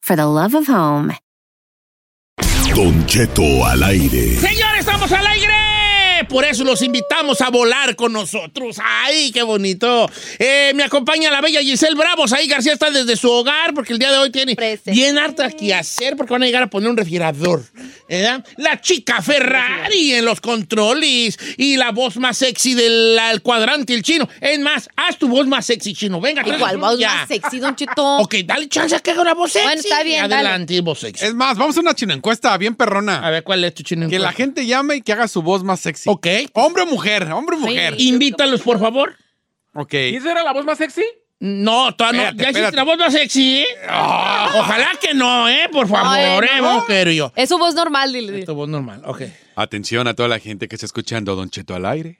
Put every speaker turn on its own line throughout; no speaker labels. for the love of home.
Don Cheto al aire.
Señores, estamos al aire. Por eso los invitamos a volar con nosotros. ¡Ay, qué bonito! Eh, me acompaña la bella Giselle Bravos. Ahí García está desde su hogar porque el día de hoy tiene
Presente.
bien harta que hacer porque van a llegar a poner un refrigerador. ¿verdad? La chica Ferrari en los controles y la voz más sexy del al cuadrante, el chino. Es más, haz tu voz más sexy, chino. Venga,
Ay,
trae
¿Cuál
la
voz
tuya.
más sexy, Don Cheto?
Ok, dale chance a que haga una voz sexy.
Bueno, está bien, dale.
Adelante, voz sexy.
Es más, vamos a una chino encuesta bien
A
perrona.
ver, ¿cuál es tu chino?
Que la gente llame y que haga su voz más sexy.
Ok.
Hombre o mujer, hombre o mujer.
Invítalos, por favor.
Ok.
¿Quién era la voz más sexy?
No, todavía no.
Espérate,
¿Ya
espérate. Ah.
hiciste la voz más sexy? ¿eh? Ojalá que no, ¿eh? Por favor,
Ay,
¿eh?
no.
Vamos, querido yo.
Es su voz normal, dile. dile.
Esto voz normal, ok.
Atención a toda la gente que está escuchando Don Cheto al aire.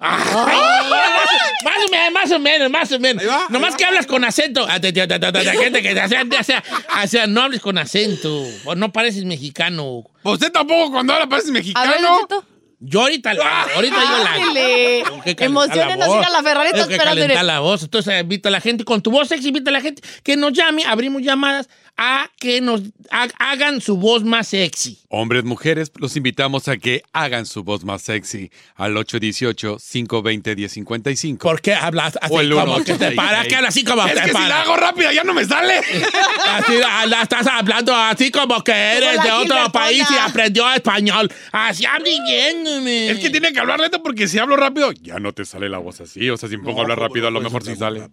Más o menos, más o menos, más o menos.
Ahí va,
Nomás
ahí va.
que hablas con acento. Ah, te- te- te- te- te- Gente que te hace, te hace- hace- no hables con acento. O no pareces mexicano.
Usted tampoco cuando habla parece
A
mexicano. Ah.
ver, Don Cheto.
Yo ahorita la, ahorita yo la.
Ándele.
Tengo que calentar
Emocionenos,
la voz.
ir a la Ferrari, está
Tengo que
esperando.
calentar la voz. Entonces, invita a la gente, con tu voz sexy, invita a la gente que nos llame, abrimos llamadas a que nos ha- hagan su voz más sexy.
Hombres, mujeres, los invitamos a que hagan su voz más sexy al 818-520-1055.
¿Por qué hablas así
O el
como
uno.
que te para? ¿Qué hablas así como
Es
te
que si
para?
la hago rápida ya no me sale.
Así, habla- estás hablando así como que eres
la
de otro
Gilbertona.
país y aprendió español. Así ah, abriéndome.
es que tiene que hablar lento porque si hablo rápido ya no te sale la voz así. O sea, si me pongo a hablar rápido a lo mejor sí sale.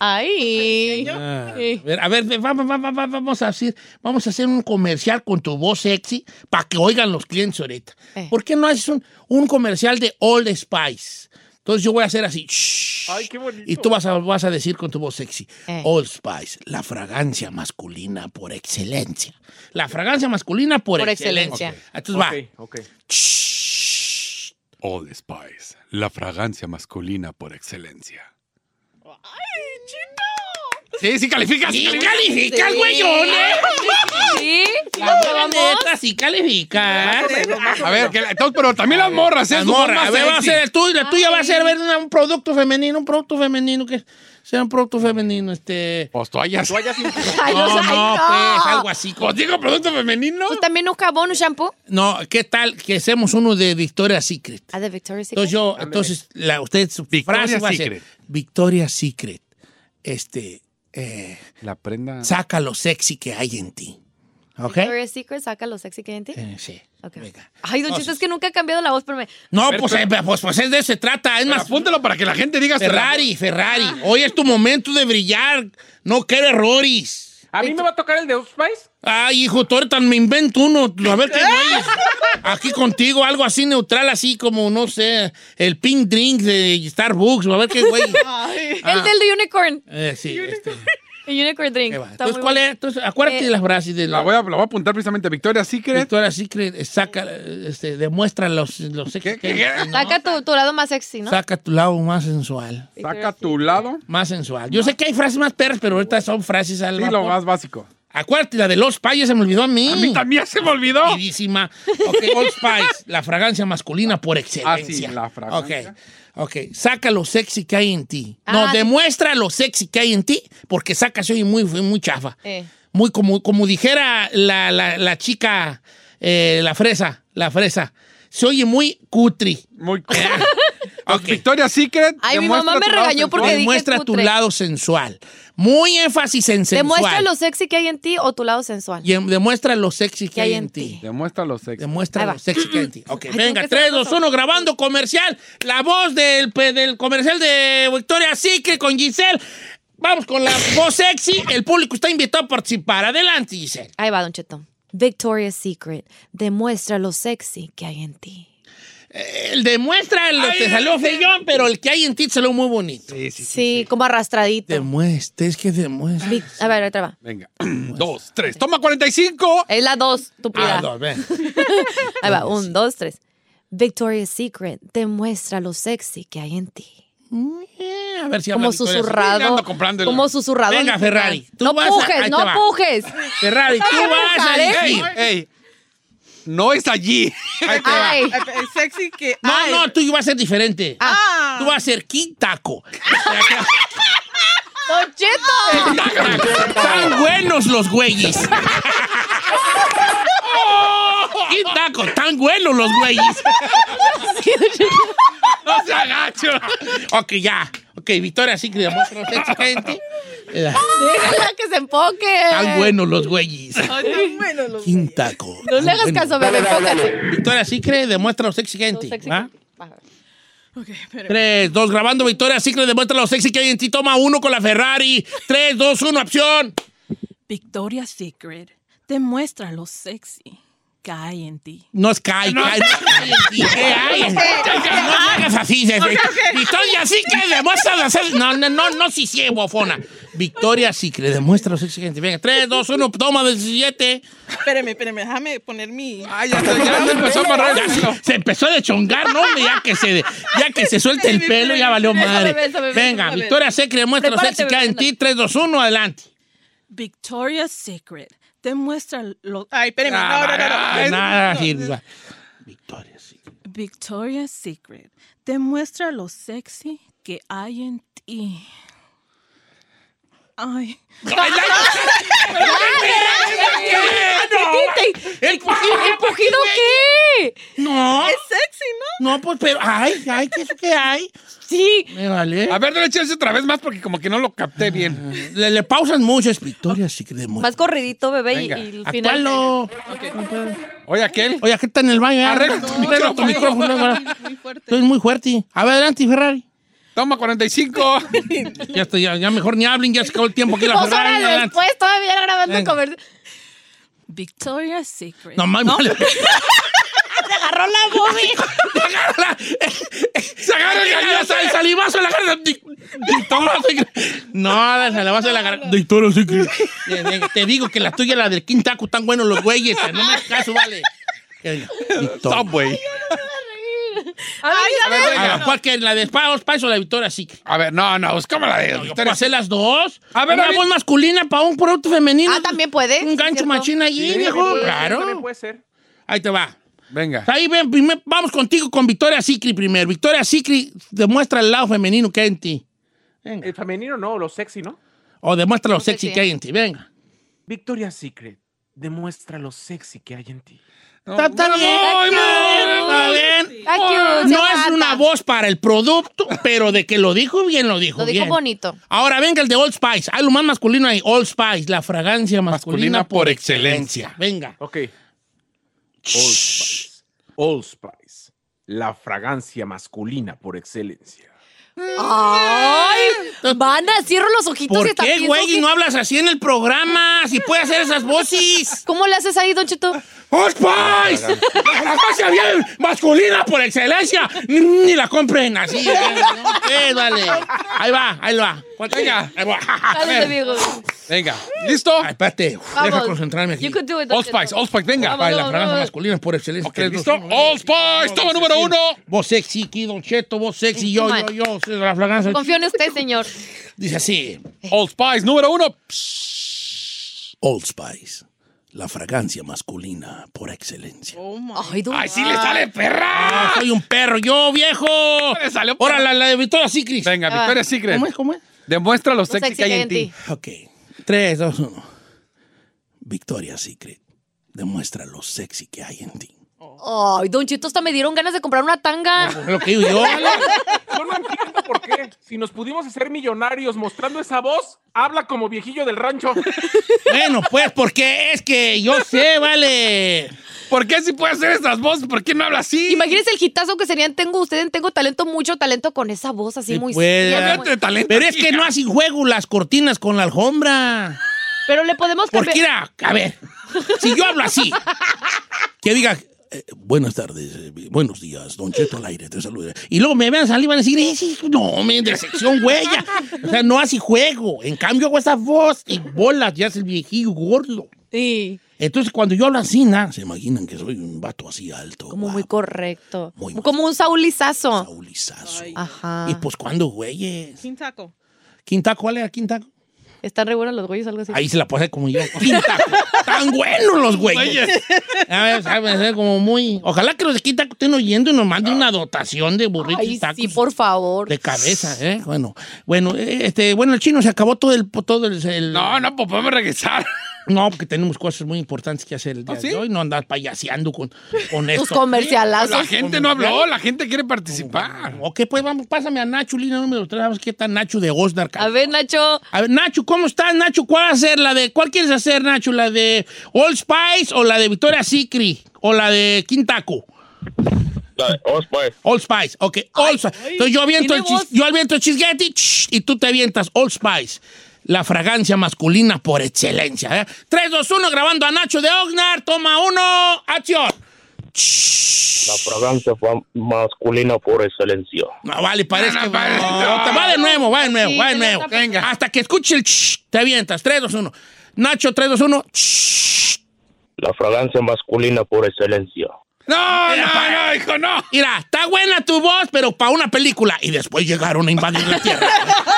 Ay.
Ah,
Sí.
a ver, a ver, vamos, vamos, vamos, vamos a hacer, vamos a hacer un comercial con tu voz sexy para que oigan los clientes ahorita.
Eh.
¿Por qué no haces un, un comercial de Old Spice? Entonces yo voy a hacer así. shh,
Ay, qué bonito.
Y tú vas a, vas a decir con tu voz sexy,
Eh.
Old Spice, la fragancia masculina por excelencia. La fragancia masculina por,
Por
excelencia.
excelencia.
Entonces va.
Ok, ok.
shh.
Old Spice, la fragancia masculina por excelencia. Sí, sí calificas.
Sí, calificas,
Sí.
güeyón, ¿eh?
Sí.
La mera neta, sí calificas.
A ver, que la- to- pero también las morras, ¿eh?
Las
Su voz
morras,
más
a ver, va a
sexy.
ser el tuyo, la tuya va a ser ver una- un producto femenino, un producto femenino que sea un producto femenino, este.
Pues toallas.
Toallas sin-
Ay,
no, no,
no, ay, no.
pues, algo así. como-
Pues digo producto femenino.
Pues también un jabón, un shampoo.
No, ¿qué tal que hacemos uno de Victoria's Secret?
Ah, de Victoria's Secret.
Entonces yo, entonces, la, usted su
Victoria's
frase va a ser
Secret.
Victoria's Secret. Este, eh,
La prenda.
saca lo sexy que hay en ti. ¿Ok?
Victoria's Secret saca los sexy clientes.
Eh, sí.
Ok.
Venga.
Ay, Don Cheto, es que nunca he cambiado la voz, pero me...
No, pues, eh, pues, pues es de eso se trata. Es más,
Apúntalo para que la Ah. gente diga.
Ferrari, Ferrari. Hoy es tu momento de brillar. No quiero errores.
¿A mí me va a tocar el de Old Spice?
Ay, hijo, tú ahorita me invento uno. A ver qué es. Aquí contigo, algo así neutral, así como, no sé, el pink drink de Starbucks. A ver qué güey.
El del de Unicorn.
Eh, sí, este,
El Unicorn Drink.
qué va.
Está
Entonces,
muy
¿cuál
bueno.
es? Entonces, acuérdate
Eh,
de las frases de
La
la
voy a, la voy a apuntar precisamente. Victoria Secret.
Victoria Secret. eh, Saca, eh, este, demuestra los, los sexos
¿Qué, qué,
que-
qué?
¿no?
Saca tu, tu lado más sexy, ¿no?
Saca tu lado más sensual.
Saca a tu lado.
Más sensual. Yo sé que hay frases más perras, pero ahorita son frases al
Sí, lo
vapor.
más básico.
Acuérdate, la de los payas se me olvidó a mí.
A mí también se me olvidó.
Queridísima. Ok, Old Spice, la fragancia masculina por excelencia.
Ah, sí, la fragancia.
Ok, ok. Saca lo sexy que hay en ti. No,
Ah, sí.
demuestra lo sexy que hay en ti, porque sacas hoy muy, muy chafa.
Eh.
Muy como, como dijera la, la- la chica, eh, la fresa, la fresa. Se oye muy cutri.
Muy
Eh, Ok.
Victoria Secret.
Ay, mi
demuestra
mamá me
tu lado
regañó porque
sensual.
dije
Demuestra tu
cutre.
lado sensual. Muy énfasis en sensual.
Demuestra lo sexy que hay en ti o tu lado sensual.
Y em- demuestra lo sexy que hay en ti.
Demuestra los sexos.
Demuestra
Ahí va.
lo sexy que hay en ti. Ok,
Ay, tengo
venga,
que
3,
cerrar los
2, 1,
ojos.
grabando comercial. La voz del, pe- del comercial de Victoria Secret con Giselle. Vamos con la voz sexy. El público está invitado a participar. Adelante, Giselle.
Ahí va, Don Cheto. Victoria's Secret. Demuestra lo sexy que hay en ti.
El demuestra, lo te salió feyón, pero el que hay en ti te salió muy bonito.
Sí, como arrastradito.
Demuestra, es que demuestra.
Vic- A ver, otra va.
Venga. Dos, tres. Toma 45.
Es la dos, tu
Ah,
pida.
no, ven.
Ahí va, un, dos, tres. Victoria's Secret. Demuestra lo sexy que hay en ti.
Eh, A ver si habla
Como
Victoria.
Sí,
susurrado.
ando comprándola.
Como susurrado.
Venga, Ferrari, tú
No
vas a-
pujes,
ahí
no
te va.
pujes.
Ferrari, tú
Ay,
vas a
Ferrari.
elegir.
Ey. No es allí.
Ay,
Eh, Sexy que.
No,
ay.
no, tú ibas a ser diferente.
Ah.
Tú vas a ser quintaco.
Don Cheto.
Tan buenos los güeyes. Quintaco, tan buenos los güeyes. No se agacho. Ok, ya. Ok, Victoria, sí que demuestra los sexy gente. Eh,
Déjala que se enfoque.
Tan buenos los güeyes.
Ay, tan bueno los-
Quintaco.
No le hagas caso, bebé, enfócate.
Victoria Secret demuestra lo sexy que hay en ti.
sexy
¿va?
Ok, espérame.
Tres, dos, grabando Victoria Secret demuestra lo sexy que hay en ti. Toma uno con la Ferrari. Tres, dos, uno, opción.
Victoria's Secret demuestra lo sexy que hay en ti.
No es Kai, Kai, no es Kai en ti. ¿Qué hay? No hagas así, Ceci. Victoria Secret demuestra lo sexy. No, no, no, no, sí, sí, bofona. Victoria Secret demuestra lo sexy que hay en ti. Venga, tres, dos, uno, toma 17.
Espérame, espérame, déjame poner mi.
Ay, ya, se- ya se empezó a amarrar el pelo.
Se empezó a chongar, ¿no? hombre? Ya que se, ya que se suelte el pelo, ya valió madre. Venga, Victoria Secret demuestra lo sexy que hay en ti. Tres, dos, uno, adelante.
Victoria's Secret demuestra lo. Ay, espérame. No, no, no, no.
Ah, Nada, sirva. Victoria Secret.
Victoria's Secret demuestra lo sexy que hay en ti. Ay.
¡Ah, ¿El pujido,
¿El pujido qué?
No,
Es sexy, ¿no?
no, pues, pero, ay, ay, ¿qué es que hay?
Sí.
Me vale. Ah,
A ver, dale chance otra vez más porque como que no lo capté bien.
Le, le pausan mucho, es Victoria Secret de
Más corridito, bebé, y,
Venga,
y el final.
Actualo.
Oye, aquel.
Oye, ¿qué está en el baño? Ya,
Arregla
arregla
tu
tu micrófono.
micrófono.
ahora.
Muy fuerte.
Tú eres muy fuerte. A ver, adelante, Ferrari.
Toma 45.
Ya, está, ya, ya mejor ni hablen, ya se acabó el tiempo aquí la
Pues
Dos
Ferrari.
horas
adelante.
después todavía grabando
Venga.
comercial.
Victoria's Secret.
No, más vale.
Te agarró la boobie.
Se agarra el galloso, el salivazo en la cara. Victoria Secret. No, el salivazo en la cara. Victoria Secret. Bien, bien, Te digo que la tuya y la del Quintaco están buenos los güeyes. No me hagas caso, vale. Venga, Victoria.
Subway.
Ay,
A ver,
Ah,
venga.
¿Cuál que la de Spa, Spice o la Victoria Secret?
A ver, no, no, buscamos la de
¿Puedo
Victoria.
hacer las dos?
A ver,
una
a ver.
voz masculina para un producto femenino.
Ah, ¿también puede?
Un gancho
¿Cierto?
machín allí, viejo. pues,
También
Claro.
puede ser.
Ahí te va.
Venga.
Ahí ven, primer- vamos contigo con Victoria Secret primero. Victoria Secret demuestra el lado femenino que hay en ti.
El femenino no, lo sexy, ¿no?
O demuestra lo
sé
sexy
qué.
que hay en ti. Venga.
Victoria's Secret. Demuestra lo sexy que hay en ti.
No,
Está, está bien.
Ay,
Está
no.
bien.
Está cute,
No
se
es
mata.
una voz para el producto, pero de que lo dijo bien, lo dijo
Lo dijo
bien.
bonito.
Ahora venga el de Old Spice. Hay lo más masculino ahí. Old Spice, la fragancia masculina,
Masculina
por
por
excelencia.
excelencia.
Venga.
Ok. Old Spice. Old Spice. La fragancia masculina por excelencia.
Ay, van a cierro los ojitos y
¿Por
hasta
qué,
pienso
güey?
que-
Y no hablas así en el programa. Si puede hacer esas voces.
¿Cómo le haces ahí, Don Cheto?
¡Old Spice! La fragancia bien masculina por excelencia. Ni, ni la compren así. eh, ¿no? Eh, dale. Ahí va, ahí va. Pues,
Venga.
Ahí va. A
Dale,
ver.
amigo.
Venga. ¿Listo?
Ay, Ah, espérate. Uf,
Vamos.
Deja concentrarme aquí.
You could do it, Don
Old Spice,
Cheto.
Old Spice, venga.
Vamos.
Para la
no,
fragancia
no.
masculina por excelencia.
Ok,
Tres, dos,
¿listo?
uno, venga.
Old Spice, toma número uno.
Vos sexy, aquí, Don Cheto, vos sexy, yo, yo, yo, soy de la fragancia.
Confío en usted, señor.
Dice así,
Old Spice, número uno.
Old Spice, la fragancia masculina por excelencia.
Oh my.
Ay, Don
Ay, sí le sale perra.
Ah, soy un perro, yo, viejo.
Le salió perra.
Ahora la, la de Victoria Secret.
Venga,
va.
Victoria Secret.
¿Cómo es, cómo es?
Demuestra lo
Lo
sexy que hay en ti.
Ok, tres, dos, uno. Victoria Secret, demuestra lo sexy que hay en ti.
Ay, Don Cheto, hasta me dieron ganas de comprar una tanga.
Lo que digo yo, ¿vale?
Yo no entiendo por qué. Si nos pudimos hacer millonarios mostrando esa voz, habla como viejillo del rancho.
Bueno, pues porque es que yo sé, vale.
¿Por qué si puede hacer estas voces? ¿Por qué no habla así?
Imagínense el hitazo que serían Tengo Ustedes, Tengo Talento, mucho talento con esa voz así
Se
muy
puede.
seria,
Imagínate
muy-
de talento.
Pues, Pero es
aquí.
que no hacen juego las cortinas con la alfombra.
Pero le podemos
Porque
cambiar.
era, a ver, si yo hablo así, que diga, eh, buenas tardes, eh, buenos días, Don Cheto al aire, te saluda. Y luego me vean salir y van a decir, "Ese hijo, no, me de sección huella. O sea, no así juego. En cambio, hago esa voz y bolas, ya es el viejillo gordo.
Sí,
Entonces, cuando yo hablo así, nada, se imaginan que soy un vato así alto.
como muy
guapo,
correcto.
Muy
como un saulizazo.
saulizazo.
Ajá.
Y pues, ¿cuándo, güeyes?
Sin taco.
¿Quintaco, vale? ¿Quintaco?
Están re buenos los güeyes, algo así.
Ahí se la pasa como yo. Quintaco. Tan buenos los güeyes.
Güeyes.
A ver, saben ser como muy. Ojalá que los de Quintaco estén oyendo y nos manden una dotación de burritos y
Ay,
tacos.
sí, por favor.
De cabeza, ¿eh? Bueno, bueno, eh, este, bueno, el chino se acabó todo el. Todo el, el-
No, no, pues podemos regresar.
No, porque tenemos cosas muy importantes que hacer el día
¿Ah, sí?
de hoy. No andar payaseando con, con
Tus
esto.
La
comercialazos.
gente no habló, la gente quiere participar.
Ok, pues vamos, pásame a Nacho, línea número 3. Vamos, ¿qué tal Nacho de Osnar?
A ver, Nacho.
A ver, Nacho, ¿cómo estás, Nacho? ¿Cuál va a ser la de, cuál quieres hacer, Nacho? ¿La de Old Spice o la de Victoria Sicri? ¿O la de Quintaco? Old Spice, ok. Old Spice. Entonces yo aviento,
tiene
el chis-
voz.
yo aviento el chisguete ch, y tú te avientas Old Spice. La fragancia masculina por excelencia. ¿eh? 3, 2, 1, grabando a Nacho de Ognar. Toma uno, acción.
La fragancia fam- masculina por excelencia.
No, vale, parece
No, no,
que
parece-
no, te- va de nuevo, va de nuevo, va de nuevo. Venga. Hasta que escuche el ch, te avientas. 3, 2, 1. Nacho, 3, 2, 1.
La fragancia masculina por excelencia.
No, no, no, hijo, no.
Mira, está buena tu voz, pero para una película. Y después llegaron a invadir la Tierra.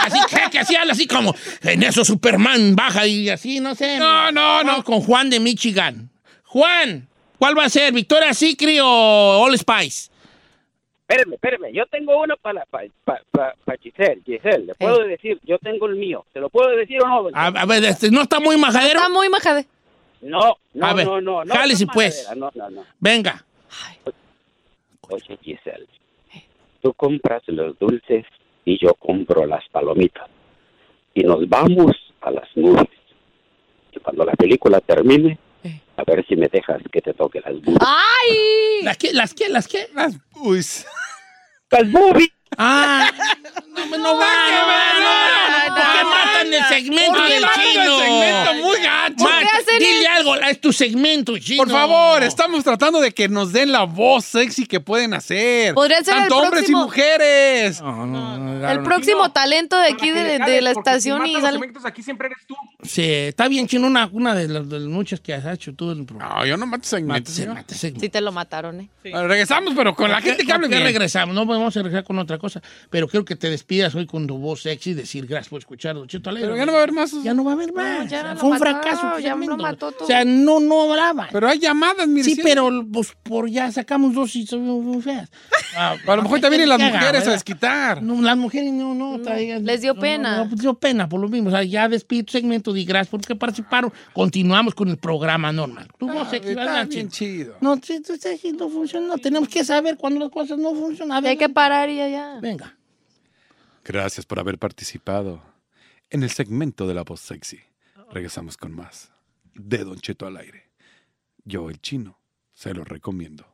así que, que así habla, así como, en eso Superman baja y así, no sé.
No, no,
Vamos
no.
Con Juan de Michigan. Juan, ¿cuál va a ser? ¿Victoria Sicri o All Spice?
Espérame, espérame, yo tengo una para para Giselle, Giselle, le puedo decir, yo tengo el mío, ¿te lo puedo decir o no? don
A,
Cheto?
a ver, este, ¿no está muy majadero?
Está muy majade.
no, no,
a ver,
no, no, no.
jálese,
no,
pues.
madera, No, no, no.
Venga.
Oye, Giselle, tú compras los dulces y yo compro las palomitas. Y nos vamos a las nubes. Y cuando la película termine,
Eh.
a ver si me dejas que te toque las boobies.
¡Ay!
¿Las qué? ¿Las qué? ¿Las qué?
Uy.
¡Las boobies!
Ah, no, no, no va, no va, no va. ¿Por qué matan el segmento
Porque
del
matan el
chino?
segmento muy gacho.
Mata,
qué hacen
dile algo, es tu segmento, chino.
Por favor, estamos tratando de que nos den la voz sexy que pueden hacer.
Podría ser el
Tanto hombres
próximo-
y mujeres.
No, no, no,
El
no.
próximo
Chino,
talento de aquí
Para que
de,
le
de la
cales, porque si
estación
matan
y
los
sal...
segmentos aquí siempre eres tú.
Sí, está bien, chino, una, una de las de las muchas que has hecho tú en el programa.
No, yo no mato segmentos.
Mátese,
yo.
mátese.
Sí te lo mataron, ¿eh?
Bueno, regresamos, pero con la gente que hable
Ya
bien.
regresamos, no podemos regresar con otra cosa, pero quiero que te despidas hoy con tu voz sexy y decir gracias por escuchar, Don Cheto Alegre.
Pero ya no va a haber más.
Ya no va a haber más.
ya
O sea,
lo
Fue un
mató,
fracaso. pues,
ya lo
tremendo.
mató todo.
O sea, no, no hablaba.
Pero hay llamadas, mire.
sí, pero pues, por ya sacamos dos y son muy feas. Ah,
A lo mejor también vienen las
que haga,
mujeres a
¿verdad?
desquitar.
No, las mujeres no, no. traigan-
les dio
no,
pena.
no, les dio pena, por lo mismo. O sea, ya despido tu segmento, di gracias porque participaron. Continuamos con el programa normal. Tú no sé qué vas a
Ah, Está
decir.
bien chido.
No, si tu segmento no funciona, tenemos que saber cuando las cosas no funcionan. A ver,
Hay que parar y allá.
Venga.
Gracias por haber participado en el segmento de la voz sexy.
Oh.
Regresamos con más de Don Cheto al aire. Yo, el chino, se lo recomiendo.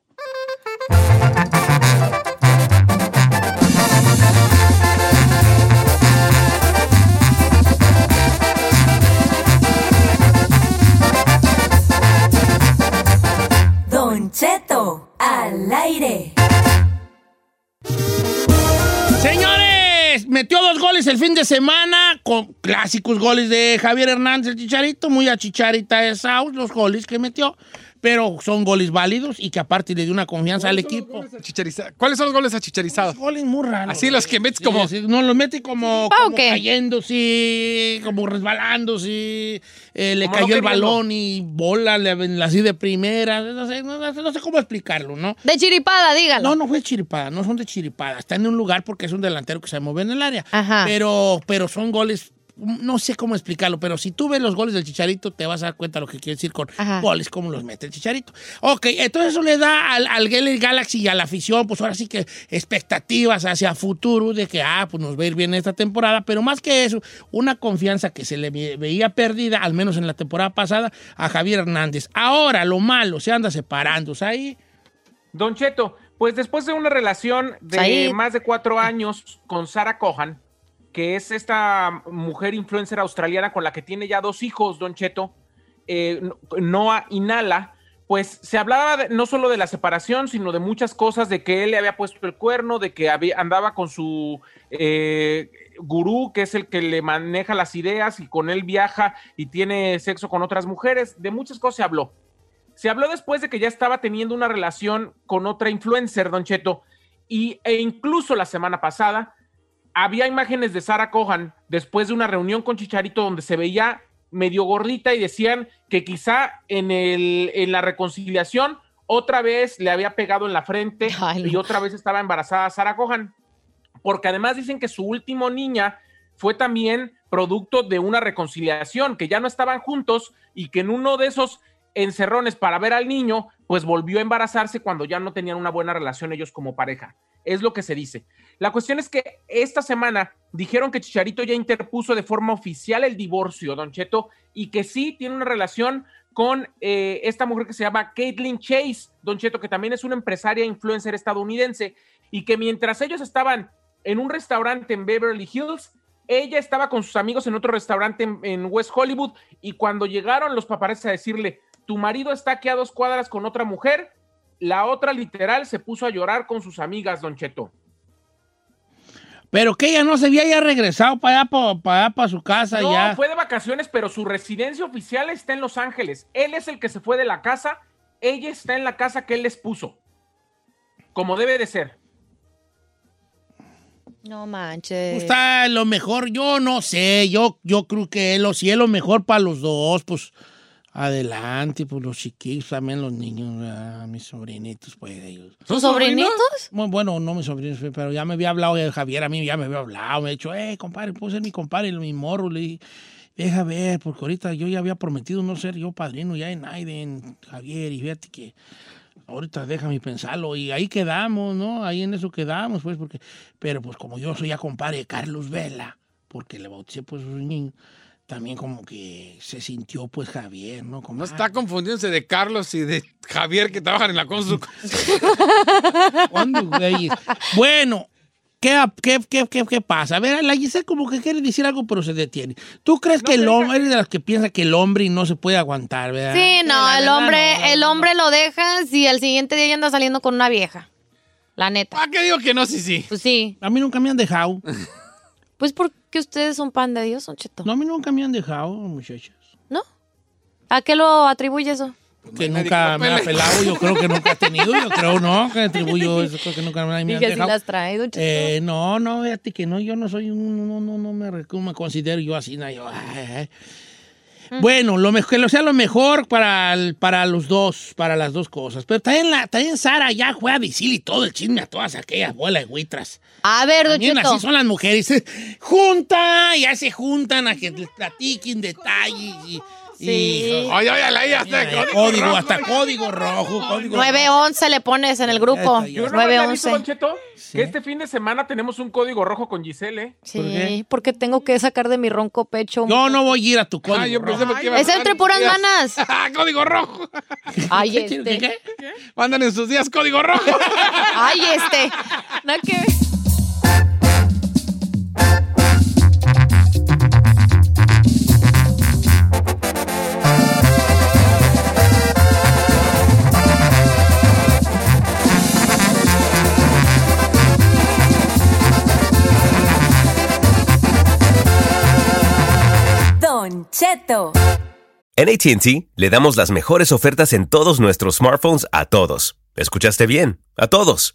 Don Cheto, al aire.
Señores, metió dos goles el fin de semana con clásicos goles de Javier Hernández, el Chicharito, muy a Chicharita de Saus, los goles que metió, pero son goles válidos y que aparte le dio una confianza al equipo.
Chichariza- ¿Cuáles son los goles a Chicharizado?
Goles muy raros.
Así los que metes como-
Sí, sí, no, los mete como,
¿Pa o
como
qué?
cayéndose, como resbalándose, eh, le
Como
cayó
no
el
queriendo.
balón y bola le- le- así de primera, no sé, no- no sé- no sé cómo explicarlo, ¿no?
De chiripada, dígalo.
No, no fue chiripada, no son de chiripada. Está en un lugar porque es un delantero que se mueve en el área.
Ajá.
Pero, pero son goles no sé cómo explicarlo, pero si tú ves los goles del Chicharito, te vas a dar cuenta lo que quiere decir con goles, cómo los mete el Chicharito. Ok, entonces eso le da al, al Geller Galaxy y a la afición, pues ahora sí que expectativas hacia futuro de que, ah, pues nos va a ir bien esta temporada, pero más que eso, una confianza que se le ve- veía perdida, al menos en la temporada pasada, a Javier Hernández. Ahora, lo malo, se anda separando, o sea, ahí...
Don Cheto, pues después de una relación de
Ahí.
más de cuatro años con Sarah Cohan, que es esta mujer influencer australiana con la que tiene ya dos hijos, Don Cheto, eh, Noah y Nala, pues se hablaba de- no solo de la separación, sino de muchas cosas, de que él le había puesto el cuerno, de que había- andaba con su eh, gurú, que es el que le maneja las ideas y con él viaja y tiene sexo con otras mujeres, de muchas cosas se habló. Se habló después de que ya estaba teniendo una relación con otra influencer, Don Cheto, y, e incluso la semana pasada había imágenes de Sara Cohan después de una reunión con Chicharito donde se veía medio gordita y decían que quizá en, el, en la reconciliación otra vez le había pegado en la frente y otra vez estaba embarazada Sara Cohan porque además dicen que su último niña fue también producto de una reconciliación, que ya no estaban juntos y que en uno de esos encerrones para ver al niño, pues volvió a embarazarse cuando ya no tenían una buena relación ellos como pareja. Es lo que se dice. La cuestión es que esta semana dijeron que Chicharito ya interpuso de forma oficial el divorcio, Don Cheto, y que sí tiene una relación con eh, esta mujer que se llama Caitlyn Chase, Don Cheto, que también es una empresaria influencer estadounidense, y que mientras ellos estaban en un restaurante en Beverly Hills. Ella estaba con sus amigos en otro restaurante en, en West Hollywood y cuando llegaron los paparazzi a decirle, tu marido está aquí a dos cuadras con otra mujer, la otra literal se puso a llorar con sus amigas, Don Cheto.
Pero que ella no se había ya regresado para allá, para, para, allá, para su casa,
No,
ya.
fue de vacaciones, pero su residencia oficial está en Los Ángeles. Él es el que se fue de la casa, ella está en la casa que él les puso. Como debe de ser.
No manches.
Pues, Está lo mejor, yo no sé, yo, yo creo que lo, si es lo mejor para los dos, pues adelante, pues los chiquillos, también los niños, ¿verdad? mis sobrinitos, pues ellos.
¿Tus sobrinitos?
Muy bueno, no mis sobrinos, pero ya me había hablado de Javier, a mí ya me había hablado, me ha dicho, eh, compadre, puedo ser mi compadre, mi morro, le dije, deja ver, porque ahorita yo ya había prometido no ser yo padrino ya en Aiden, Javier, y fíjate que ahorita déjame pensarlo, y ahí quedamos, ¿no? Ahí en eso quedamos, pues, porque, pero pues como yo soy ya compadre de Carlos Vela, porque le bauticé pues un niño, también como que se sintió pues Javier, ¿no? Como,
No
"Ah,
está confundiéndose de Carlos y de Javier que trabajan en la constru.
¿Cuándo, güeyes? Bueno, ¿qué, qué, qué, qué- qué pasa? A ver, la Giselle como que quiere decir algo, pero se detiene. ¿Tú crees que el hombre, eres de las que piensa que el hombre no se puede aguantar, verdad?
Sí, no,
la
el
verdad,
hombre,
no, la
el hombre lo deja si al siguiente día ya anda saliendo con una vieja. La neta.
¿Para qué digo que no, sí, sí?
Pues sí.
A mí nunca me han dejado.
Pues porque ustedes son pan de Dios, son cheto.
No, a mí nunca me han dejado, muchachas.
¿No? ¿A qué lo atribuye eso?
Que nunca me ha pelado, yo creo que nunca he tenido, yo creo no, que atribuyo eso, creo que nunca me, me han
Dije, si
dejado.
las trae, don Cheto.
Eh, no, no, fíjate que no, yo no soy, un- no, no, no me, rec- me considero yo así, na, yo, ay, ay.
Mm.
Bueno, lo mejor, que lo sea lo mejor para, el- para los dos, para las dos cosas. Pero también, la, también Sara ya juega a decirle todo el chisme a todas aquellas bolas de huitras.
A ver, don
También
Cheto.
así son las mujeres. se Juntan, ya se juntan a que les platiquen detalles. Y,
Sí.
Ay, ay, ay, ay, hasta
Mira,
código
código,
rojo.
hasta código rojo, código
911 le pones en el grupo.
Yo no me aviso, Don
911.
Cheto, que este fin de semana tenemos un código rojo con Giselle. ¿eh?
Sí, porque tengo que sacar de mi ronco pecho.
Yo no voy a ir a tu código.
Ah, yo pensé
rojo.
que iba a
Es
mandar
entre
sus
puras
días.
manas.
¡Código rojo!
Ay, este.
Mandan en sus días código rojo.
Ay, este. Nada que ver.
Don Cheto.
En ATT le damos las mejores ofertas en todos nuestros smartphones a todos. ¿Escuchaste bien? A todos.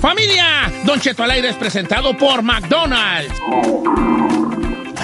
¡Familia! Don Cheto al aire es presentado por McDonald's.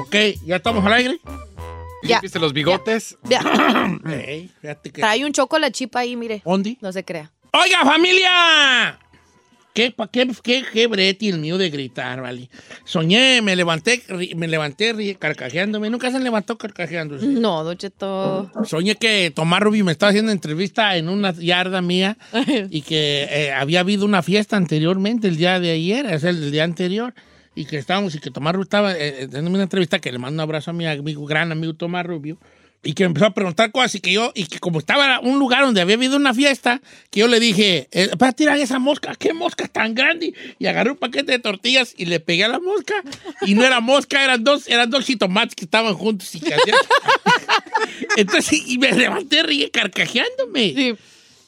Ok, ya estamos al aire.
Ya.
¿Viste los bigotes?
Vea,
Ey, fíjate que-
Trae un choco la chipa ahí, mire.
¿Ondi?
No se crea.
Oiga, familia. ¿Qué, pa- qué, qué, qué brete el mío de gritar, vale? Soñé, me levanté, ri- me levanté ri- carcajeándome. Nunca se levantó carcajeándose.
No, Don Cheto.
Soñé que Tomás Rubio me estaba haciendo entrevista en una yarda mía y que eh, había habido una fiesta anteriormente, el día de ayer, es el día anterior, y que estábamos y que Tomás Rubio estaba eh, eh, dándome una entrevista que le mando un abrazo a mi amigo, gran amigo Tomás Rubio. Y que me empezó a preguntar cosas y que yo, y que como estaba en un lugar donde había habido una fiesta, que yo le dije, eh, para tirar esa mosca, qué mosca tan grande. Y agarré un paquete de tortillas y le pegué a la mosca. Y no era mosca, eran dos, eran dos jitomates que estaban juntos y que hacían- entonces, y me levanté ríe carcajeándome.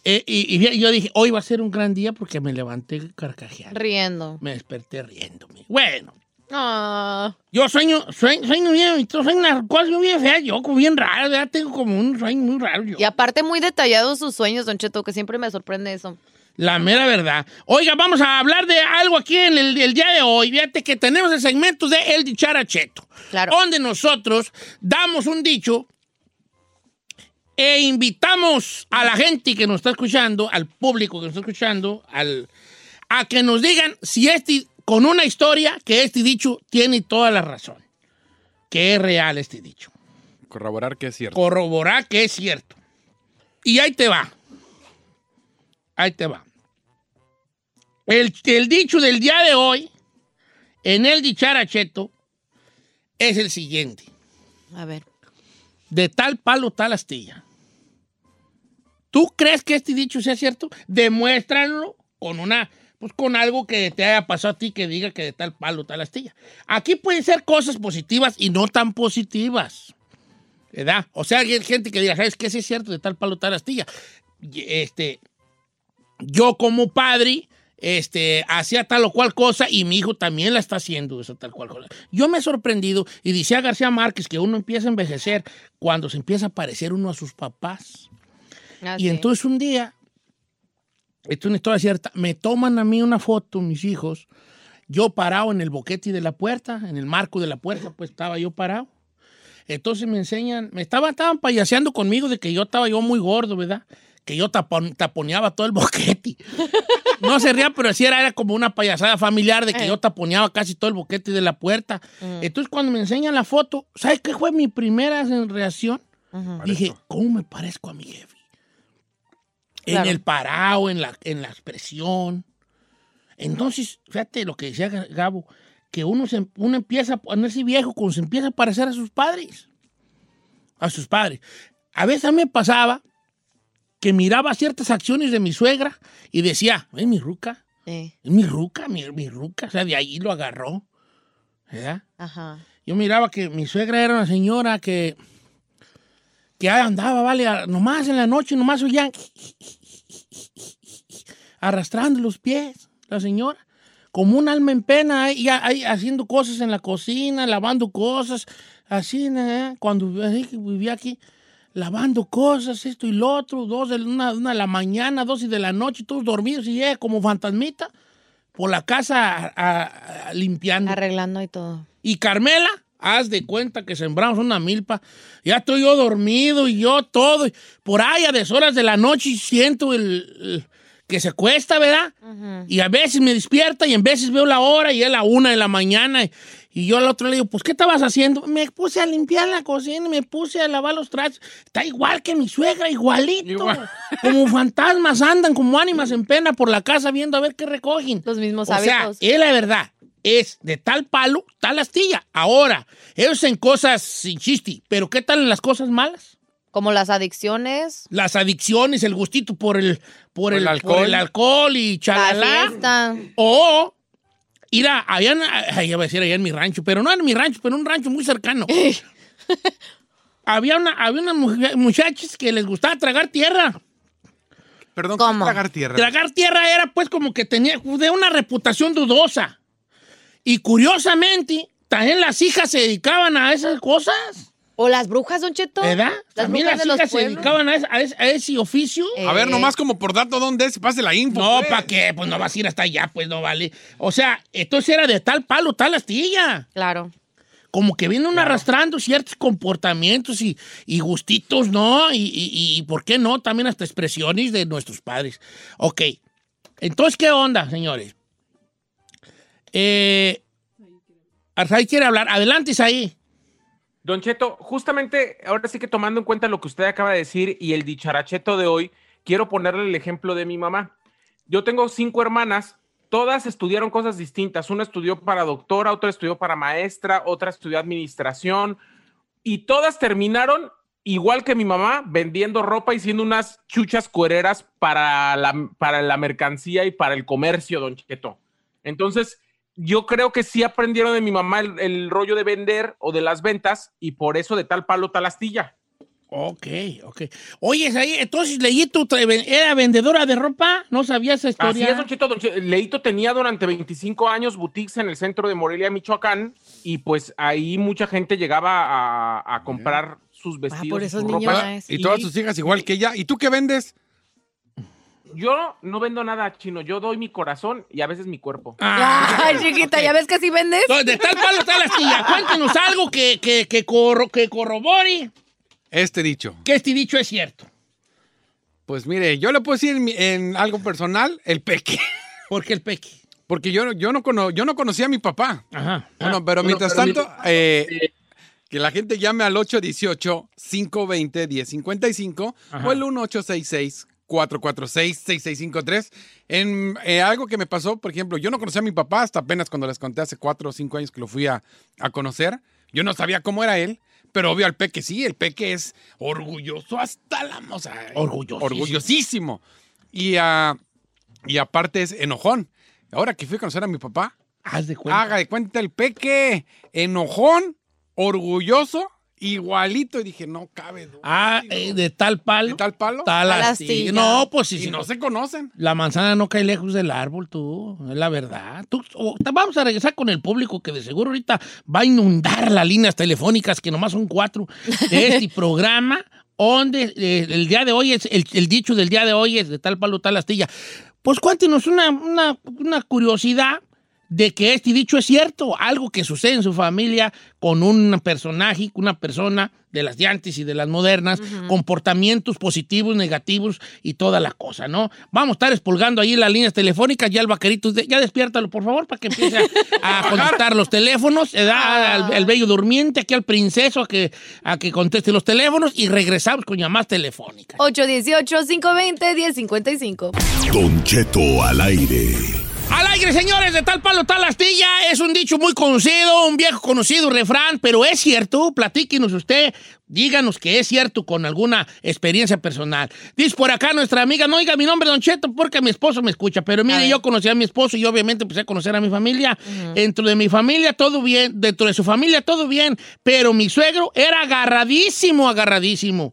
Eh, y, y yo dije, hoy va a ser un gran día porque me levanté carcajeando.
Riendo.
Me desperté riéndome. Bueno,
Ah.
yo sueño, sueño, sueño bien, yo sueño unas cosas bien feas, yo como bien raro, ya tengo como un sueño muy raro yo.
Y aparte, muy detallados sus sueños, Don Cheto, que siempre me sorprende eso.
La mera verdad. Oiga, vamos a hablar de algo aquí en el, el día de hoy. Fíjate que tenemos el segmento de El Dicharacheto. Donde nosotros damos un dicho e invitamos a la gente que nos está escuchando, al público que nos está escuchando, al, a que nos digan si este, con una historia, que este dicho tiene toda la razón. Que es real este dicho.
Corroborar que es cierto.
Corroborar que es cierto. Y ahí te va. Ahí te va. El, el dicho del día de hoy, en el dicharacheto, es el siguiente.
A ver.
De tal palo, tal astilla. ¿Tú crees que este dicho sea cierto? Demuéstralo con una... Pues con algo que te haya pasado a ti que diga que de tal palo, tal astilla. Aquí pueden ser cosas positivas y no tan positivas. ¿Verdad? O sea, hay gente que diga, ¿sabes qué? Sí es cierto, de tal palo, tal astilla. Y, Este, yo como padre, este, hacía tal o cual cosa y mi hijo también la está haciendo, esa tal cual cosa. Yo me he sorprendido y decía García Márquez que uno empieza a envejecer cuando se empieza a parecer uno a sus papás.
Ah,
Y
sí.
entonces un día, esto es una historia cierta, me toman a mí una foto mis hijos, yo parado en el boquete de la puerta, en el marco de la puerta, pues estaba yo parado. Entonces me enseñan, me estaban, estaban payaseando conmigo de que yo estaba yo muy gordo, ¿verdad? que yo tapon- taponeaba todo el boquete. No se rían, pero sí era, era como una payasada familiar de que yo taponeaba casi todo el boquete de la puerta. Entonces, cuando me enseñan la foto, ¿sabes qué fue mi primera reacción? Dije, ¿cómo me parezco a mi jefe? En
Claro.
el parado, en la, en la expresión. Entonces, fíjate lo que decía Gabo, que uno, se, uno empieza a ponerse viejo cuando se empieza a parecer a sus padres. A sus padres. A veces a mí me pasaba que miraba ciertas acciones de mi suegra y decía, es mi ruca, es mi ruca, mi, mi ruca. O sea, de ahí lo agarró. ¿Verdad?
Ajá.
Yo miraba que mi suegra era una señora que, que andaba, vale, a- nomás en la noche, nomás oían arrastrando los pies, la señora, como un alma en pena, ahí, ahí haciendo cosas en la cocina, lavando cosas, así, ¿eh? cuando así que vivía aquí, lavando cosas, esto y lo otro, dos de, una, una de la mañana, dos y de la noche, todos dormidos y ella como fantasmita por la casa a- a- limpiando.
Arreglando y todo.
Y Carmela, haz de cuenta que sembramos una milpa. Ya estoy yo dormido y yo todo. Por ahí a deshoras de la noche y siento el, el- que se cuesta, ¿verdad? Y a veces me despierta y en veces veo la hora y es la una de la mañana. Y yo al otro le digo, pues, ¿qué estabas haciendo? Me puse a limpiar la cocina, me puse a lavar los trastes. Está igual que mi suegra, igualito. Como fantasmas andan, como ánimas en pena por la casa viendo a ver qué recogen.
Los mismos
o sea,
hábitos.
es la verdad. Es de tal palo, tal astilla. Ahora, ellos en cosas sin chiste, pero ¿qué tal en las cosas malas?
Como las adicciones,
Las adicciones, el gustito por el, por el, por
alcohol.
el alcohol y
la
chalala.
fiesta.
O ir a, allá, en- ay, iba a decir allá en mi rancho, pero no en mi rancho, pero en un rancho muy cercano. había una, había unas mujer- muchachas que les gustaba tragar tierra.
Perdón,
¿cómo
tragar tierra?
Tragar tierra era pues como que tenía de una reputación dudosa. Y curiosamente, también las hijas se dedicaban a esas cosas.
O las brujas, Don Cheto.
¿Verdad?
Las
también
brujas
las
de los
hijas se
pueblos.
dedicaban a ese, a ese- a ese oficio. Eh,
A ver, nomás como por dato, ¿dónde es? Pase la info.
No, ¿para qué? Pues no vas a ir hasta allá, pues no vale. O sea, entonces era de tal palo, tal astilla.
Claro.
Como que viene uno arrastrando ciertos comportamientos y, y gustitos, ¿no? Y, y- y, ¿por qué no? También hasta expresiones de nuestros padres. Ok. Entonces, ¿qué onda, señores? Eh, Arzai quiere hablar. Adelante, Isaí.
Don Cheto, justamente ahora sí que tomando en cuenta lo que usted acaba de decir y el dicharacheto de hoy, quiero ponerle el ejemplo de mi mamá. Yo tengo cinco hermanas, todas estudiaron cosas distintas. Una estudió para doctora, otra estudió para maestra, otra estudió administración y todas terminaron igual que mi mamá vendiendo ropa y siendo unas chuchas cuereras para la, para la mercancía y para el comercio, don Cheto. Entonces, yo creo que sí aprendieron de mi mamá el, el rollo de vender o de las ventas y por eso de tal palo tal astilla.
Ok, ok. Oye, Isaí, entonces Leíto tra- era vendedora de ropa. No sabía esa
Así
historia.
es, Don Cheto. Don Che- Leito tenía durante 25 años boutiques en el centro de Morelia, Michoacán, y pues ahí mucha gente llegaba a, a comprar sus
Ah,
vestidos.
Ah, por
sus
esos
ropas.
niños. Y todas tus hijas igual que ella. ¿Y tú qué vendes?
Yo no vendo nada chino, yo doy mi corazón y a veces mi cuerpo.
Ah,
Ay, Ah, chiquita, ¿ya ves que sí vendes?
De tal palo, tal astilla. Cuéntenos algo que, que, que, corro- que corrobore
Este dicho.
que este dicho es cierto.
Pues mire, yo le puedo decir en, mi- en algo personal, el peque.
¿Por qué el peque?
Porque yo, yo, no, cono- yo no conocía a mi papá.
Ajá. Ah,
Bueno, pero
bueno,
mientras
pero
tanto, eh, que la gente llame al 818-520-1055
Ajá.
o el 1866 446 6653 En eh, algo que me pasó, por ejemplo, yo no conocía a mi papá hasta apenas cuando les conté hace cuatro o cinco años que lo fui a, a conocer. Yo no sabía cómo era él, pero obvio al peque sí, el peque es orgulloso hasta la... O
eh.
sea,
Orgullosísimo.
orgullosísimo. Y, ah, y aparte es enojón. Ahora que fui a conocer a mi papá,
Haz de cuenta.
haga de cuenta el peque, enojón, orgulloso, igualito. Y dije, no cabe. duda.
Ah, eh, de tal palo. De
tal palo.
Tal
Tal
astilla.
astilla.
No, pues sí.
Y
sí.
no se conocen.
La manzana no cae lejos del árbol, tú. Es la verdad. Tú, o- te- vamos a regresar con el público que de seguro ahorita va a inundar las líneas telefónicas, que nomás son cuatro, de este programa, donde eh, el día de hoy es, el, el dicho del día de hoy es de tal palo, tal astilla. Pues cuéntenos una, una, una curiosidad de que este dicho es cierto, algo que sucede en su familia con un personaje, con una persona de las de antes y de las modernas, comportamientos positivos, negativos y toda la cosa, ¿no? Vamos a estar espolgando ahí las líneas telefónicas, ya el vaquerito, de- ya despiértalo, por favor, para que empiece a, a contestar los teléfonos, eh, da al, al bello durmiente, aquí al princeso, a que, a que conteste los teléfonos y regresamos con llamadas telefónicas.
818-520-1055.
Don Cheto al aire.
Al aire, señores, de tal palo, tal astilla. Es un dicho muy conocido, un viejo conocido refrán, pero es cierto. Platíquenos usted, díganos que es cierto con alguna experiencia personal. Dice por acá nuestra amiga, no oiga mi nombre, Don Cheto, porque mi esposo me escucha. Pero mire, yo conocí a mi esposo y obviamente empecé a conocer a mi familia. Dentro de mi familia todo bien, dentro de su familia todo bien, pero mi suegro era agarradísimo, agarradísimo.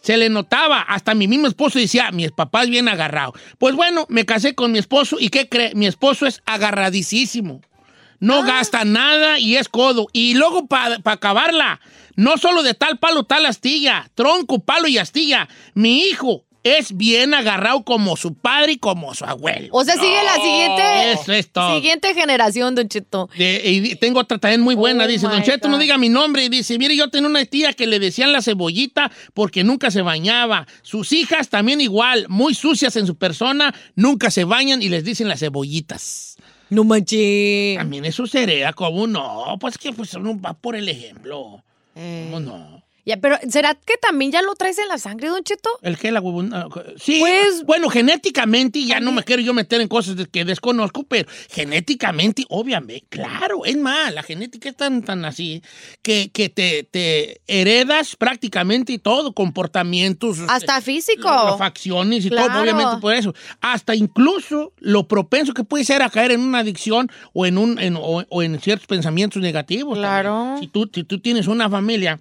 Se le notaba, hasta mi mismo esposo decía, mi papá es bien agarrado. Pues bueno, me casé con mi esposo y ¿qué cree? Mi esposo es agarradísimo.
Ah.
No gasta nada y es codo. Y luego para acabarla, no solo de tal palo, tal astilla, tronco, palo y astilla, mi hijo es bien agarrado como su padre y como su abuelo.
O sea, sigue la siguiente.
Eso es todo.
Siguiente generación, Don Cheto.
De- y di- tengo otra también muy buena.
Oh
dice,
my
Don Cheto, no
God.
diga mi nombre. Y dice, mire, yo tenía una tía que le decían la cebollita porque nunca se bañaba. Sus hijas también igual, muy sucias en su persona, nunca se bañan y les dicen las cebollitas.
No manches.
También eso se hereda como no. Pues que pues uno va por el ejemplo.
Eh.
¿Cómo no?
Ya, pero ¿será que también ya lo traes en la sangre, Don Cheto?
¿El que La huevona. Sí.
Pues,
bueno, genéticamente, ya no me quiero yo meter en cosas de- que desconozco, pero genéticamente, obviamente, claro, es más, la genética es tan, tan así que, que te, te heredas prácticamente todo, comportamientos.
Hasta
este,
físico.
lo- lo- facciones y
Claro.
todo, obviamente por eso. Hasta incluso lo propenso que puede ser a caer en una adicción o en, un, en- o, o en ciertos pensamientos negativos. Claro. Si tú, si tú tienes una familia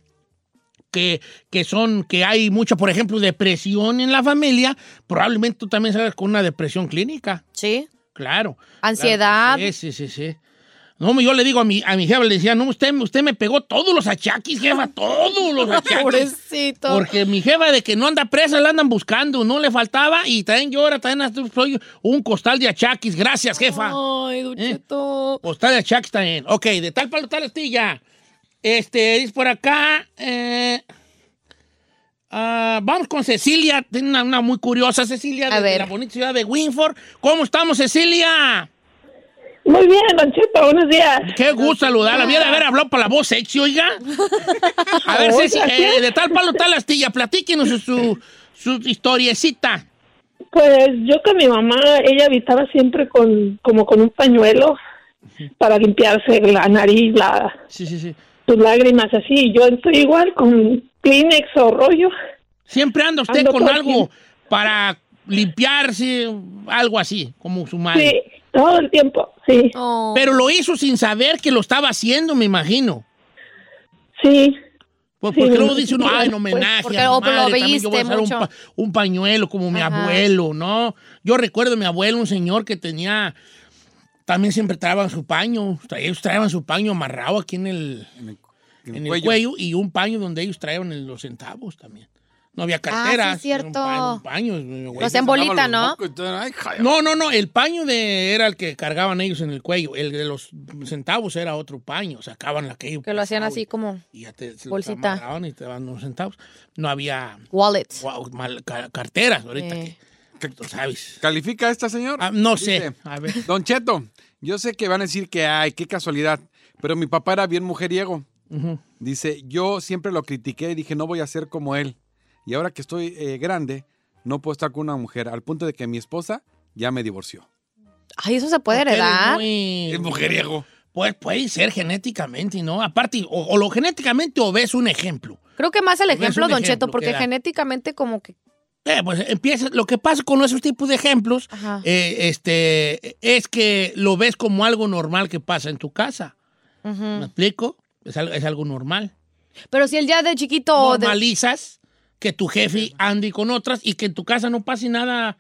que, que son, que hay mucha, por ejemplo, depresión en la familia, probablemente tú también salgas con una depresión clínica.
Sí.
Claro.
Ansiedad.
Claro que sí, sí, sí, sí. No, yo le digo a mi, a mi jefa, le decía, no, usted, usted me pegó todos los achaquis, jefa, todos los achaquis.
Pobrecito.
Porque mi jefa de que no anda presa, la andan buscando, no le faltaba y también yo ahora también hasta soy un costal de achaquis. Gracias, jefa. ¿Eh?
Ay, Don Cheto.
Costal de achaquis también. Ok, de tal palo, tal astilla. Este, dice por acá. eh, ah, vamos con Cecilia, tiene una, una muy curiosa, Cecilia, de, de la bonita ciudad de Winford. ¿Cómo estamos, Cecilia?
Muy bien, Don Cheto, buenos días.
Qué gusto saludarla. Había de haber hablado para la voz sexy, oiga. A ver, Ceci, eh, de tal palo, tal astilla, platíquenos su- su, su historiecita.
Pues yo con mi mamá, ella habitaba siempre con como con un pañuelo para limpiarse la nariz, la, tus lágrimas, así. Yo estoy igual con Kleenex o rollo.
Siempre anda usted
Ando
con
todo
algo para limpiarse, algo así, como su madre.
Sí, todo el tiempo, sí.
Oh.
Pero lo hizo sin saber que lo estaba haciendo, me imagino.
Sí.
Pues
Sí,
porque
me-
luego dice uno, ay, en homenaje
pues, porque-
a mi
o lo
madre, también yo voy a
veíste
usar un,
mucho.
pa- un pañuelo como mi
Ajá.
abuelo, ¿no? Yo recuerdo a mi abuelo, un señor que tenía, también siempre traían su paño, tra- ellos traían su paño amarrado aquí en el, en el cuello. y un paño donde ellos traían el- los centavos también. No había carteras.
Ah, sí, cierto.
era Un paño, un paño, güey. pues,
Los en bolita, ¿no?
No, no, no. El paño de era el que cargaban ellos en el cuello. El de los centavos era otro paño. Sacaban aquello.
Que lo hacían así como
Y ya te se los
bolsita.
amarraban y te daban unos centavos. No había
Wallets.
guau, mal- ca- carteras ahorita.
Eh.
que- tú sabes. Ah,
¿Califica esta, señor?
no sé. A
Don Cheto, yo sé que van a decir que, ay, qué casualidad, pero mi papá era bien mujeriego.
Ujú.
Dice, yo siempre lo critiqué y dije, no voy a ser como él. Y ahora que estoy eh, grande, no puedo estar con una mujer, al punto de que mi esposa ya me divorció.
Ay, eso se puede heredar.
Es
mujeriego.
Pues puede ser genéticamente, ¿no? Aparte, o, o lo genéticamente o ves un ejemplo.
Creo que más el
Es un
ejemplo, Don
ejemplo
Cheto,
que
porque
da.
genéticamente como que.
Eh, pues empieza, lo que pasa con esos tipos de ejemplos
Ajá.
eh, este, es que lo ves como algo normal que pasa en tu casa. ¿Me
Ujú.
explico? Es algo, es algo normal.
Pero si él ya de chiquito. o de-
Normalizas que tu jefe ande con otras y que en tu casa no pase nada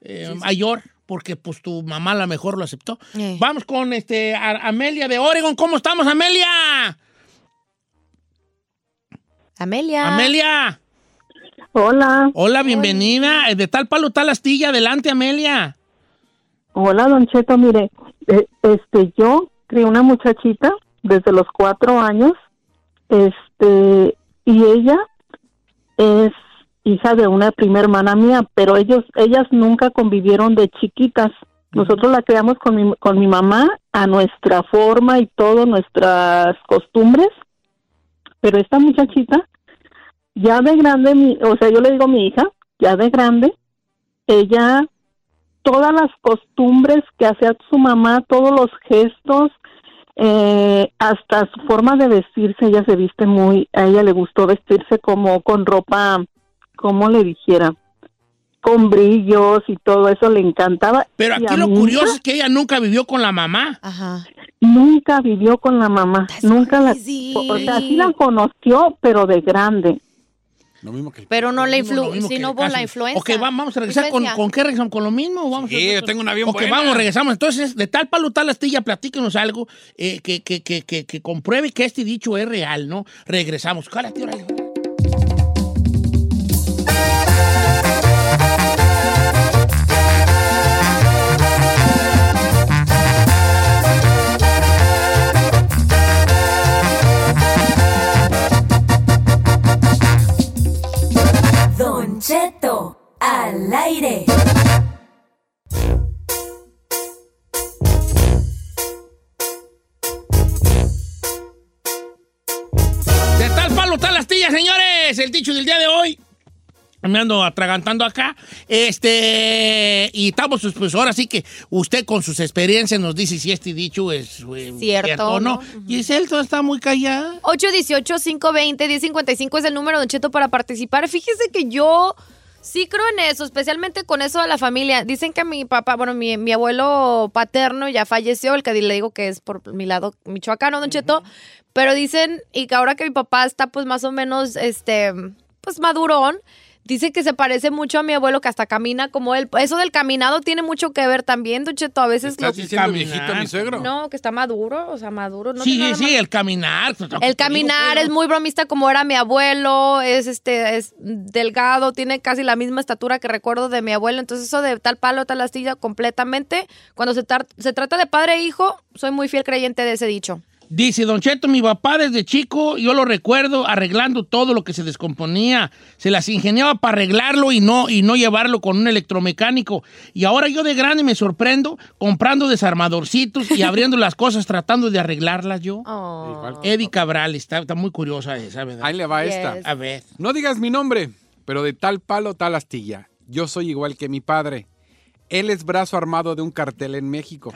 eh, mayor porque pues tu mamá a lo mejor lo aceptó.
Eh.
Vamos con este a- Amelia de Oregon. ¿Cómo estamos, Amelia?
Amelia.
Amelia.
Hola.
Hola, bienvenida. Eh, De tal palo, tal astilla. Adelante, Amelia.
Hola, Don Cheto, mire, eh, este, yo crié una muchachita desde los cuatro años, este, y ella es hija de una prima hermana mía, pero ellos, ellas nunca convivieron de chiquitas. Nosotros la creamos con mi, con mi mamá a nuestra forma y todo, nuestras costumbres, pero esta muchachita, ya de grande, mi, o sea, yo le digo mi hija, ya de grande, ella todas las costumbres que hacía su mamá, todos los gestos, eh, hasta su forma de vestirse, ella se viste muy, a ella le gustó vestirse como con ropa, como le dijera, con brillos y todo eso le encantaba.
Pero
Y
aquí
a
lo
mí
curioso es que ella nunca vivió con la mamá.
Nunca vivió con la mamá, nunca la, o o sea, sí la conoció, pero de grande.
Pero no la
Lo
influencia,
mismo que
si no
le
hubo
casen.
la influencia.
Ok, va- vamos a regresar con,
Influencia.
con qué regresamos, con lo mismo. o Vamos
Sí, yo tengo una bien
Ok,
buena.
vamos, regresamos. Entonces, de tal palo, tal astilla, platíquenos algo eh, que, que, que, que, que compruebe que este dicho es real, ¿no? Regresamos. Cálate, órale.
Don Cheto al aire.
De tal palo, tal astilla, señores. El dicho del día de hoy. Me ando atragantando acá. Este. Y estamos, pues, pues, ahora sí que usted con sus experiencias nos dice si este dicho es eh,
Cierto,
o no.
¿no?
Giselle, todo está muy callada.
818-520-1055 es el número, Don Cheto, para participar. Fíjese que yo sí creo en eso, especialmente con eso de la familia. Dicen que mi papá, bueno, mi, mi abuelo paterno ya falleció, el que di- le digo que es por mi lado michoacano, Don Cheto. Pero dicen, y que ahora que mi papá está pues más o menos, este, pues madurón, dice que se parece mucho a mi abuelo que hasta camina como él. Eso del caminado tiene mucho que ver también, Don Cheto. A veces
¿Estás diciendo viejito a mi suegro?
No, que está maduro, o sea, maduro. No
sí,
tiene
sí,
nada
sí, el caminar. pues,
el caminar es muy bromista como era mi abuelo, es este es delgado, tiene casi la misma estatura que recuerdo de mi abuelo, entonces eso de tal palo, tal astilla completamente. Cuando se, tar- se trata de padre e hijo, soy muy fiel creyente de ese dicho.
Dice Don Cheto, mi papá desde chico, yo lo recuerdo arreglando todo lo que se descomponía. Se las ingeniaba para arreglarlo y no, y no llevarlo con un electromecánico. Y ahora yo de grande me sorprendo comprando desarmadorcitos y abriendo las cosas tratando de arreglarlas yo. Oh.
Ah.
Eddie Cabral, está, está muy curiosa esa, ¿verdad?
Ahí le va esta.
A ver.
No digas mi nombre, pero de tal palo, tal astilla. Yo soy igual que mi padre. Él es brazo armado de un cartel en México.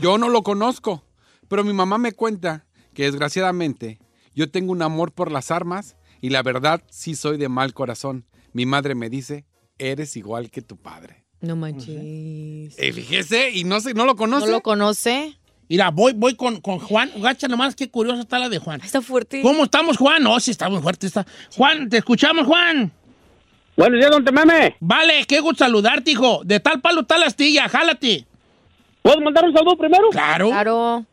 Yo no lo conozco, pero mi mamá me cuenta que desgraciadamente yo tengo un amor por las armas y la verdad sí soy de mal corazón. Mi madre me dice, eres igual que tu padre.
No manches.
Eh, fíjese, y no, sé, no lo conoce.
No lo conoce.
Mira, voy, voy con, con Juan. Gacha nomás, qué curiosa está la de Juan.
Está fuerte.
¿Cómo estamos, Juan? No, sí, está muy fuerte. Está. Juan, te escuchamos, Juan.
Buenos días, don Tememe.
Vale, qué gusto saludarte, hijo. De tal palo, tal astilla, jálate.
¿Puedo mandar un saludo primero?
Claro.
Claro.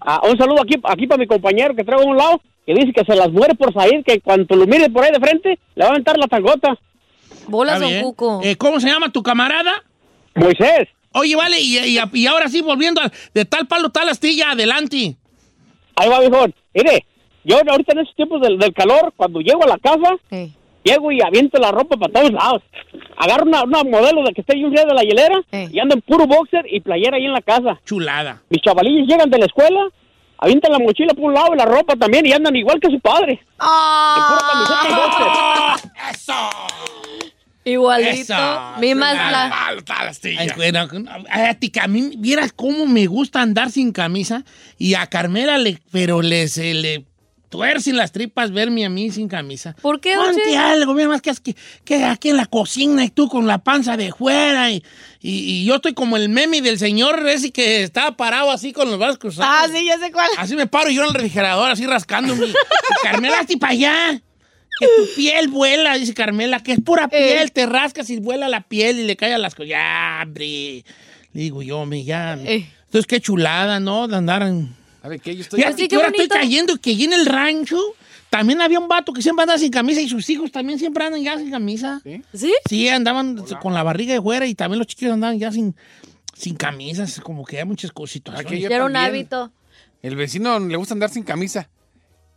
Ah, un saludo aquí, aquí para mi compañero que traigo a un lado, que dice que se las muere por salir, que cuando lo mire por ahí de frente, le va a aventar la tangota.
Bolas,
Está
don
bien.
Cuco.
Eh, ¿Cómo se llama tu camarada?
Moisés.
Oye, vale, y, y- y ahora sí, volviendo al de tal palo, tal astilla, adelante.
Ahí va, viejón. Mire, yo ahorita en estos tiempos del, del calor, cuando llego a la casa, llego y aviento la ropa para todos lados. Agarro una, una modelo de que esté bien fría de la hielera y ando en puro boxer y playera ahí en la casa.
Chulada.
Mis chavalillos llegan de la escuela, avientan la mochila por un lado y la ropa también y andan igual que su padre.
¡Eso!
Igualito. Mismas la-
Ay, bueno, a ti que a mí, vieras cómo me gusta andar sin camisa y a Carmela le, pero le, se le tuercen las tripas verme a mí sin camisa.
¿Por qué, don
Ponte
Cheto?
algo, mira más que, es que, que aquí en la cocina y tú con la panza de fuera y, y- y yo estoy como el meme del señor ese que estaba parado así con los brazos cruzados.
Ah, sí, ya sé cuál.
Así me paro yo en el refrigerador, así rascándome. Carmela, hazte para allá. Que tu piel vuela, dice Carmela, que es pura
Eh.
piel, te rascas y vuela la piel y le cae a las cosas. Ya, hombre. Le digo yo, me ya. me.
Eh.
Entonces, qué chulada, ¿no? De andar en...
¿Sabe qué? Yo estoy...
Pues
Fíjate que ahora estoy cayendo que allí en el rancho también había un vato que siempre anda sin camisa y sus hijos también siempre andan ya sin camisa.
¿Sí?
Sí, andaban con la barriga de fuera y también los chiquillos andaban ya sin... sin camisas, como Ah, que hay muchas cositas.
Aquí yo Era un también. hábito.
El vecino le gusta andar sin camisa.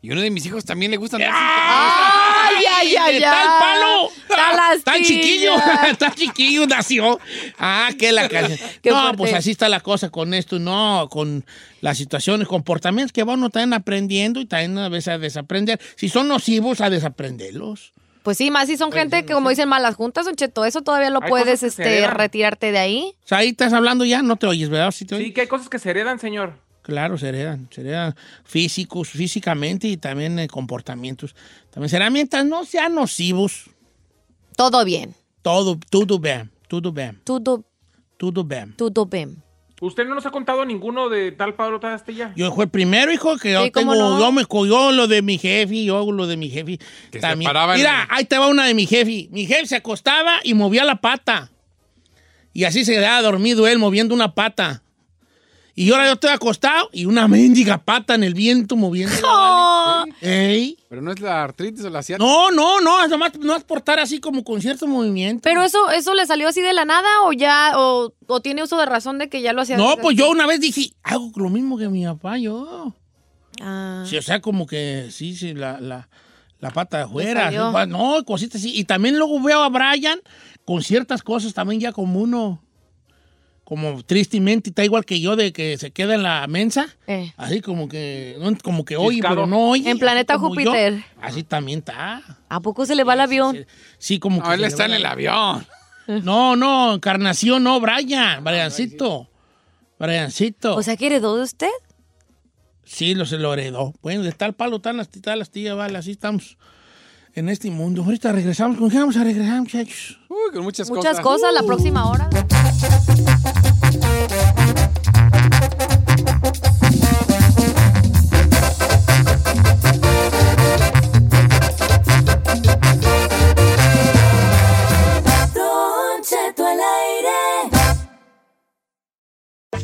Y uno de mis hijos también le gusta andar
Ah. ¡Ay, ay, ay!
¡Está el palo!
¡Está las
Está
tiras.
chiquillo, está chiquillo, nació. Ah, qué la calle.
Qué
no,
fuerte.
pues así está la cosa con esto, no, con las situaciones, comportamientos que va uno también aprendiendo y también a veces a desaprender. Si son nocivos, a desaprenderlos.
Pues sí, más si son gente que, como dicen, malas juntas, Don Cheto, eso todavía lo
Hay cosas
puedes
que se
este,
heredan.
retirarte de ahí.
O sea, ahí estás hablando ya, no te oyes, ¿verdad? Sí, te oyes.
Sí, que hay cosas que se heredan, señor.
Claro, se heredan, se heredan físicos, físicamente y también eh, comportamientos. También será mientras no sean nocivos.
Todo bien.
Todo, todo bien, todo bien,
Todo,
todo bien.
todo bien.
Usted no nos ha contado ninguno de tal Pablo tal hasta ya.
Yo fue el primero, hijo, que yo
Sí, ¿cómo
tengo,
no?
yo me yo lo de mi jefe, yo hago lo de mi jefe.
se
También.
paraba en
Mira, ahí te va una de mi jefe. Mi jefe se acostaba y movía la pata. Y así se quedaba dormido él moviendo una pata. Y ahora yo estoy acostado y una mendiga pata en el viento moviendo. Ey.
Pero no es la artritis o la ciática.
No, no, no, es nomás, no es portar así como con cierto movimiento.
Pero eso, eso le salió así de la nada o ya, o, o tiene uso de razón de que ya lo hacía.
No,
desde-
pues yo una vez dije, hago lo mismo que mi papá, yo.
Ah.
Sí, o sea, como que sí, sí, la, la, la pata de afuera.
salió.
sí, pa- No, cositas así. Y también luego veo a Brian con ciertas cosas también ya como uno, como tristemente, está igual que yo de que se queda en la mensa.
Eh.
Así como que, no, como que oye,
Chiscado.
pero no oye.
En
así
planeta
como yo.
Júpiter.
Así también está.
¿A poco se le va el avión?
Sí, como
No, él está en el avión. Ah,
No, no, encarnación, no, Brian, Briancito. Briancito.
O sea, ¿que heredó de usted?
Sí, lo, se lo heredó. Bueno, de tal palo, tal astilla, tal astilla, vale, así estamos en este mundo. Ahorita regresamos. ¿Con qué vamos a regresar, muchachos?
Uy, con muchas,
Muchas cosas la próxima hora.
Don Cheto al aire.